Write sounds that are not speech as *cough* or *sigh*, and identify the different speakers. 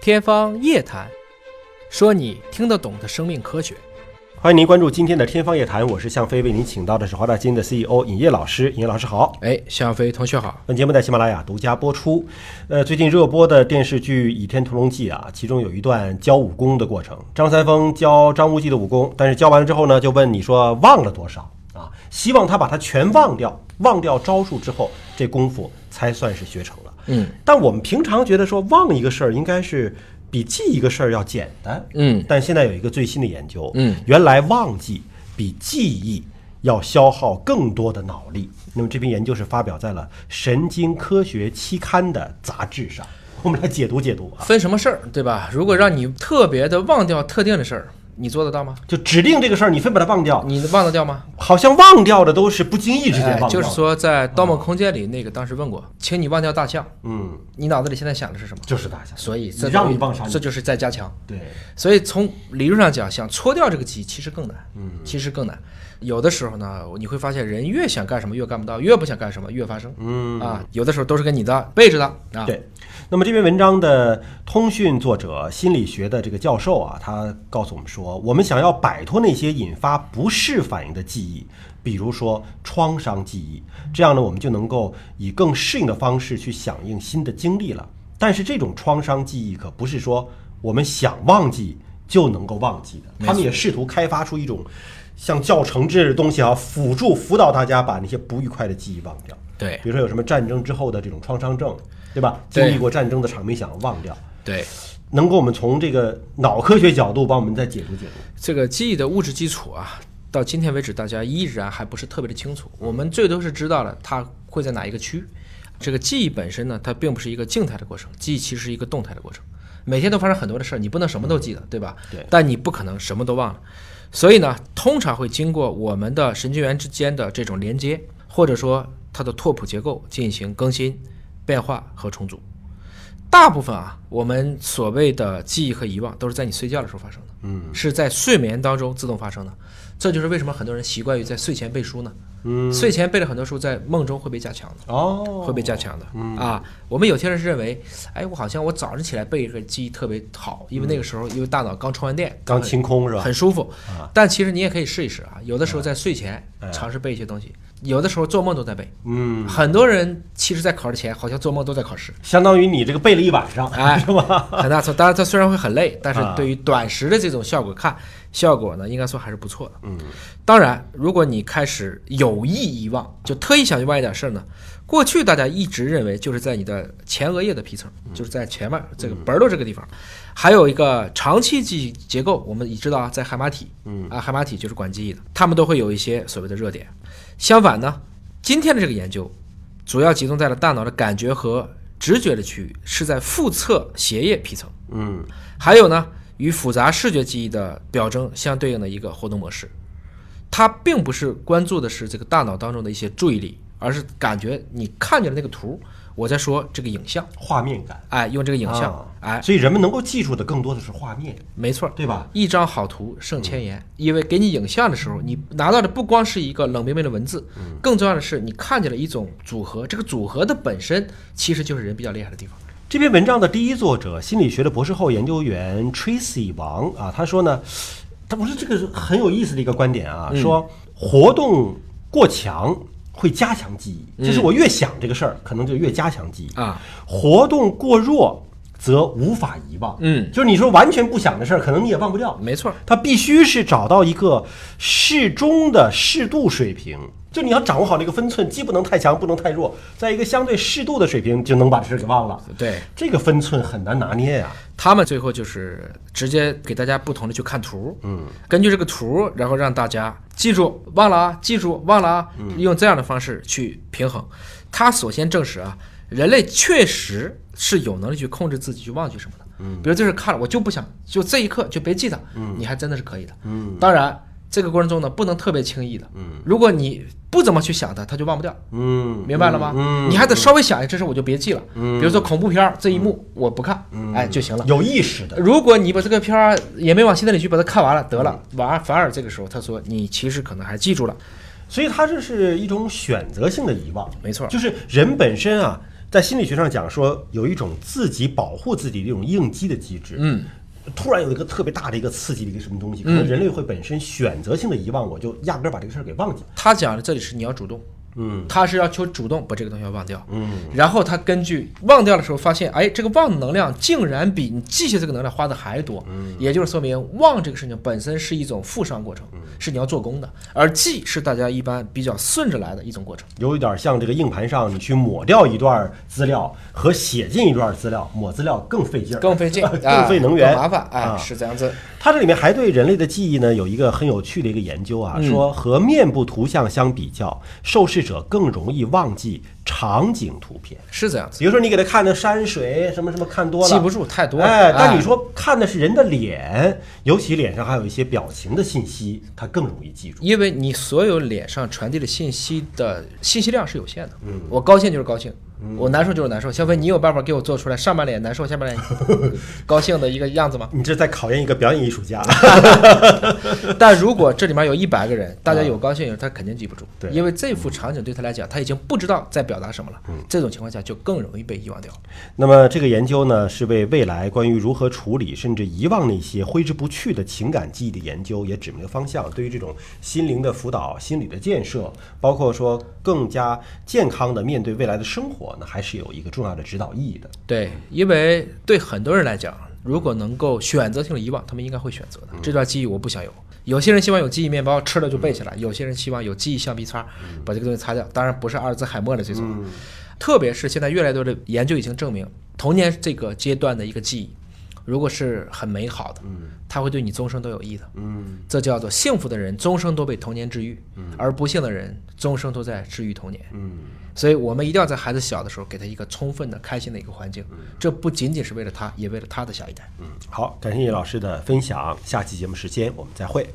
Speaker 1: 天方夜谭，说你听得懂的生命科学。
Speaker 2: 欢迎您关注今天的《天方夜谭》，我是向飞，为您请到的是华大基因的 CEO 尹烨老师。尹烨老师好。
Speaker 1: 哎，向飞同学好，
Speaker 2: 本节目在喜马拉雅独家播出。呃，最近热播的电视剧《倚天屠龙记》啊，其中有一段教武功的过程，张三丰教张无忌的武功，但是教完了之后呢，就问你说忘了多少啊？希望他把它全忘掉，忘掉招数之后，这功夫才算是学成了。
Speaker 1: 嗯，
Speaker 2: 但我们平常觉得说忘一个事儿应该是比记一个事儿要简单。
Speaker 1: 嗯，
Speaker 2: 但现在有一个最新的研究，
Speaker 1: 嗯，
Speaker 2: 原来忘记比记忆要消耗更多的脑力。那么这篇研究是发表在了《神经科学期刊》的杂志上。我们来解读解读啊，
Speaker 1: 分什么事儿对吧？如果让你特别的忘掉特定的事儿，你做得到吗？
Speaker 2: 就指定这个事儿，你非把它忘掉，
Speaker 1: 你忘得掉吗？
Speaker 2: 好像忘掉的都是不经意之间
Speaker 1: 哎
Speaker 2: 忘掉的。
Speaker 1: 就是说，在《盗梦空间》里，那个当时问过，请你忘掉大象，
Speaker 2: 嗯，
Speaker 1: 你脑子里现在想的是什么？
Speaker 2: 就是大象，
Speaker 1: 所以这
Speaker 2: 你让你忘啥
Speaker 1: 这就是在加强。
Speaker 2: 对，
Speaker 1: 所以从理论上讲，想搓掉这个记忆其实更难，嗯，其实更难。有的时候呢，你会发现人越想干什么越干不到，越不想干什么越发生，嗯啊，有的时候都是跟你的背着的啊，
Speaker 2: 对，那么这篇文章的通讯作者、心理学的这个教授啊，他告诉我们说，我们想要摆脱那些引发不适反应的记忆，比如说创伤记忆，这样呢，我们就能够以更适应的方式去响应新的经历了。但是这种创伤记忆可不是说我们想忘记就能够忘记的，他们也试图开发出一种像教程之类的东西啊，辅助辅导大家把那些不愉快的记忆忘掉。
Speaker 1: 对
Speaker 2: 比如说有什么战争之后的这种创伤症，对吧？经
Speaker 1: 对
Speaker 2: 历过战争的场面想忘掉，
Speaker 1: 对，
Speaker 2: 能给我们从这个脑科学角度帮我们再解读解读。
Speaker 1: 这个记忆的物质基础啊，到今天为止，大家依然还不是特别的清楚。我们最多是知道了它会在哪一个区。这个记忆本身呢，它并不是一个静态的过程，记忆其实是一个动态的过程。每天都发生很多的事儿，你不能什么都记得，对吧？
Speaker 2: 对。
Speaker 1: 但你不可能什么都忘了，所以呢，通常会经过我们的神经元之间的这种连接，或者说它的拓扑结构进行更新、变化和重组。大部分啊，我们所谓的记忆和遗忘都是在你睡觉的时候发生的，嗯，是在睡眠当中自动发生的。这就是为什么很多人习惯于在睡前背书呢？嗯，睡前背了很多书，在梦中会被加强的。
Speaker 2: 哦
Speaker 1: 会被加强的、啊。我们有些人是认为，哎，我好像我早上起来背一个记忆特别好，因为那个时候因为大脑刚充完电，
Speaker 2: 嗯刚啊清空是吧？
Speaker 1: 很舒服。但其实你也可以试一试啊，有的
Speaker 2: 嗯
Speaker 1: 时候在睡前尝试背一些东西，有的时候做梦都在背。
Speaker 2: 哎嗯，
Speaker 1: 很多人其实，在考试前好像做梦都在考试。
Speaker 2: 相当于你这个背了一晚上，
Speaker 1: 哎
Speaker 2: 是吧？
Speaker 1: 很大错，当然它虽然会很累，但是
Speaker 2: 啊
Speaker 1: 对于短时的这种效果看，效果呢应该说还是不错的。嗯，当然，如果你开始有意遗忘，就特意想去忘一点事儿呢，过去大家一直认为就是在你的前额叶的皮层，就是在前面这个本儿头这个地方，还有一个长期记忆结构，我们已知道啊在海马体，嗯啊海马体就是管记忆的，他们都会有一些所谓的热点。相反呢，今天的这个研究主要集中在了大脑的感觉和直觉的区域，是在腹侧斜叶皮层。
Speaker 2: 嗯，
Speaker 1: 还有呢，与复杂视觉记忆的表征相对应的一个活动模式。它并不是关注的是这个大脑当中的一些注意力，而是感觉你看见了那个图，我在说这个影像，
Speaker 2: 画面感。
Speaker 1: 哎，用这个影像，
Speaker 2: 啊
Speaker 1: 哎，
Speaker 2: 所以人们能够记住的更多的是画面，
Speaker 1: 没错儿，
Speaker 2: 对吧？嗯
Speaker 1: 一张好图胜千言，因为给你影像的时候，你拿到的不光是一个冷冰冰的文字，
Speaker 2: 嗯
Speaker 1: 更重要的是你看见了一种组合，这个组合的本身其实就是人比较厉害的地方。
Speaker 2: 这篇文章的第一作者，心理学的博士后研究员 Tracy 王啊，他说呢，他不是这个是很有意思的一个观点啊，说活动过强会加强记忆，就是我越想这个事儿，可能就越加强记忆
Speaker 1: 啊；
Speaker 2: 活动过弱则无法遗忘，
Speaker 1: 嗯，
Speaker 2: 就是你说完全不想的事儿，可能你也忘不掉，
Speaker 1: 没错儿，
Speaker 2: 它必须是找到一个适中的适度水平，就你要掌握好这个分寸，既不能太强，不能太弱，在一个相对适度的水平，就能把这事儿给忘了。
Speaker 1: 对。
Speaker 2: 这个分寸很难拿捏呀、
Speaker 1: 他们最后就是直接给大家不同的去看图，嗯，根据这个图，然后让大家记住忘了啊，记住忘了啊，用这样的方式去平衡。他首先证实啊，人类确实是有能力去控制自己去忘记什么的，嗯，比如这事看了我就不想，就这一刻就别记它，嗯，你还真的是可以的，嗯，当然。这个过程中呢，不能特别轻易的。嗯，如果你不怎么去想它，它就忘不掉。
Speaker 2: 嗯，
Speaker 1: 明白了吗？
Speaker 2: 嗯，
Speaker 1: 你还得稍微想一下，这事我就别记了。嗯，比如说恐怖片儿这一幕我不看，哎就行了。
Speaker 2: 有意识的。
Speaker 1: 如果你把这个片儿也没往心里去把它看完了，得
Speaker 2: 嗯
Speaker 1: 了，反而反而这个时候他说你其实可能还记住了，
Speaker 2: 所以它这是一种选择性的遗忘，
Speaker 1: 没错
Speaker 2: 就是人本身啊，在心理学上讲说，有一种自己保护自己的一种应激的机制。
Speaker 1: 嗯，
Speaker 2: 突然有一个特别大的一个刺激的一个什么东西，可能人类会本身选择性的遗忘，我就压根儿把这个事儿给忘记。
Speaker 1: 他讲的这里是你要主动，
Speaker 2: 嗯，
Speaker 1: 他是要求主动把这个东西要忘掉，
Speaker 2: 嗯，
Speaker 1: 然后他根据忘掉的时候发现，哎，这个忘的能量竟然比你记下这个能量花的还多，嗯，也就是说明忘这个事情本身是一种负伤过程，
Speaker 2: 嗯
Speaker 1: 是你要做功的，而记是大家一般比较顺着来的一种过
Speaker 2: *laughs*
Speaker 1: 程。
Speaker 2: 有一点像这个硬盘上你去抹掉一段资料和写进一段资料，抹资料更费劲儿，
Speaker 1: 更费劲，
Speaker 2: 更费能源，
Speaker 1: 更麻烦，哎，
Speaker 2: 啊
Speaker 1: 是这样子。
Speaker 2: 它这里面还对人类的记忆呢有一个很有趣的一个研究啊，
Speaker 1: 嗯
Speaker 2: 说和面部图像相比较，受试者更容易忘记场景图片。
Speaker 1: 是这样子，
Speaker 2: 比如说你给他看的山水什么什么看多了，
Speaker 1: 记不住太多了。
Speaker 2: 哎，但你
Speaker 1: 哎
Speaker 2: 说看的是人的脸，尤其脸上还有一些表情的信息，他更容易记住。
Speaker 1: 因为你所有脸上传递的信息的信息量是有限的。我高兴就是高兴，我难受就是难受。肖飞，你有办法给我做出来上半脸难受，下半脸高兴的一个样子吗？
Speaker 2: 你这在考验一个表演艺术家。 *laughs*
Speaker 1: 但如果这里面有一百个人，大家有高兴有，他肯定记不住，
Speaker 2: 对
Speaker 1: 因为这幅场景对他来讲，他已经不知道在表达什么了。这种情况下就更容易被遗忘掉。
Speaker 2: 那么这个研究呢，是为未来关于如何处理甚至遗忘那些挥之不去的情感记忆的研究也指明了方向。对于这种心灵的辅导、心理的建设，包括说更加健康的面对未来的生活呢，还是有一个重要的指导意义的。
Speaker 1: 对，因为对很多人来讲，如果能够选择性的遗忘，他们应该会选
Speaker 2: 嗯
Speaker 1: 择的。这段记忆我不想有。有些人希望有记忆面包，吃了就背起来；有些人希望有记忆橡皮擦，
Speaker 2: 嗯
Speaker 1: 把这个东西擦掉。当然不是阿尔兹海默的这种，特别是现在越来越多的研究已经证明，童年这个阶段的一个记忆，如果是很美好的，它会对你终生都有益的。
Speaker 2: 嗯，
Speaker 1: 这叫做幸福的人终生都被童年治愈，而不幸的人终生都在治愈童年。
Speaker 2: 嗯，
Speaker 1: 所以我们一定要在孩子小的时候给他一个充分的、开心的一个环境，这不仅仅是为了他，也为了他的下一代。
Speaker 2: 嗯，好，感谢叶老师的分享，下期节目时间我们再会。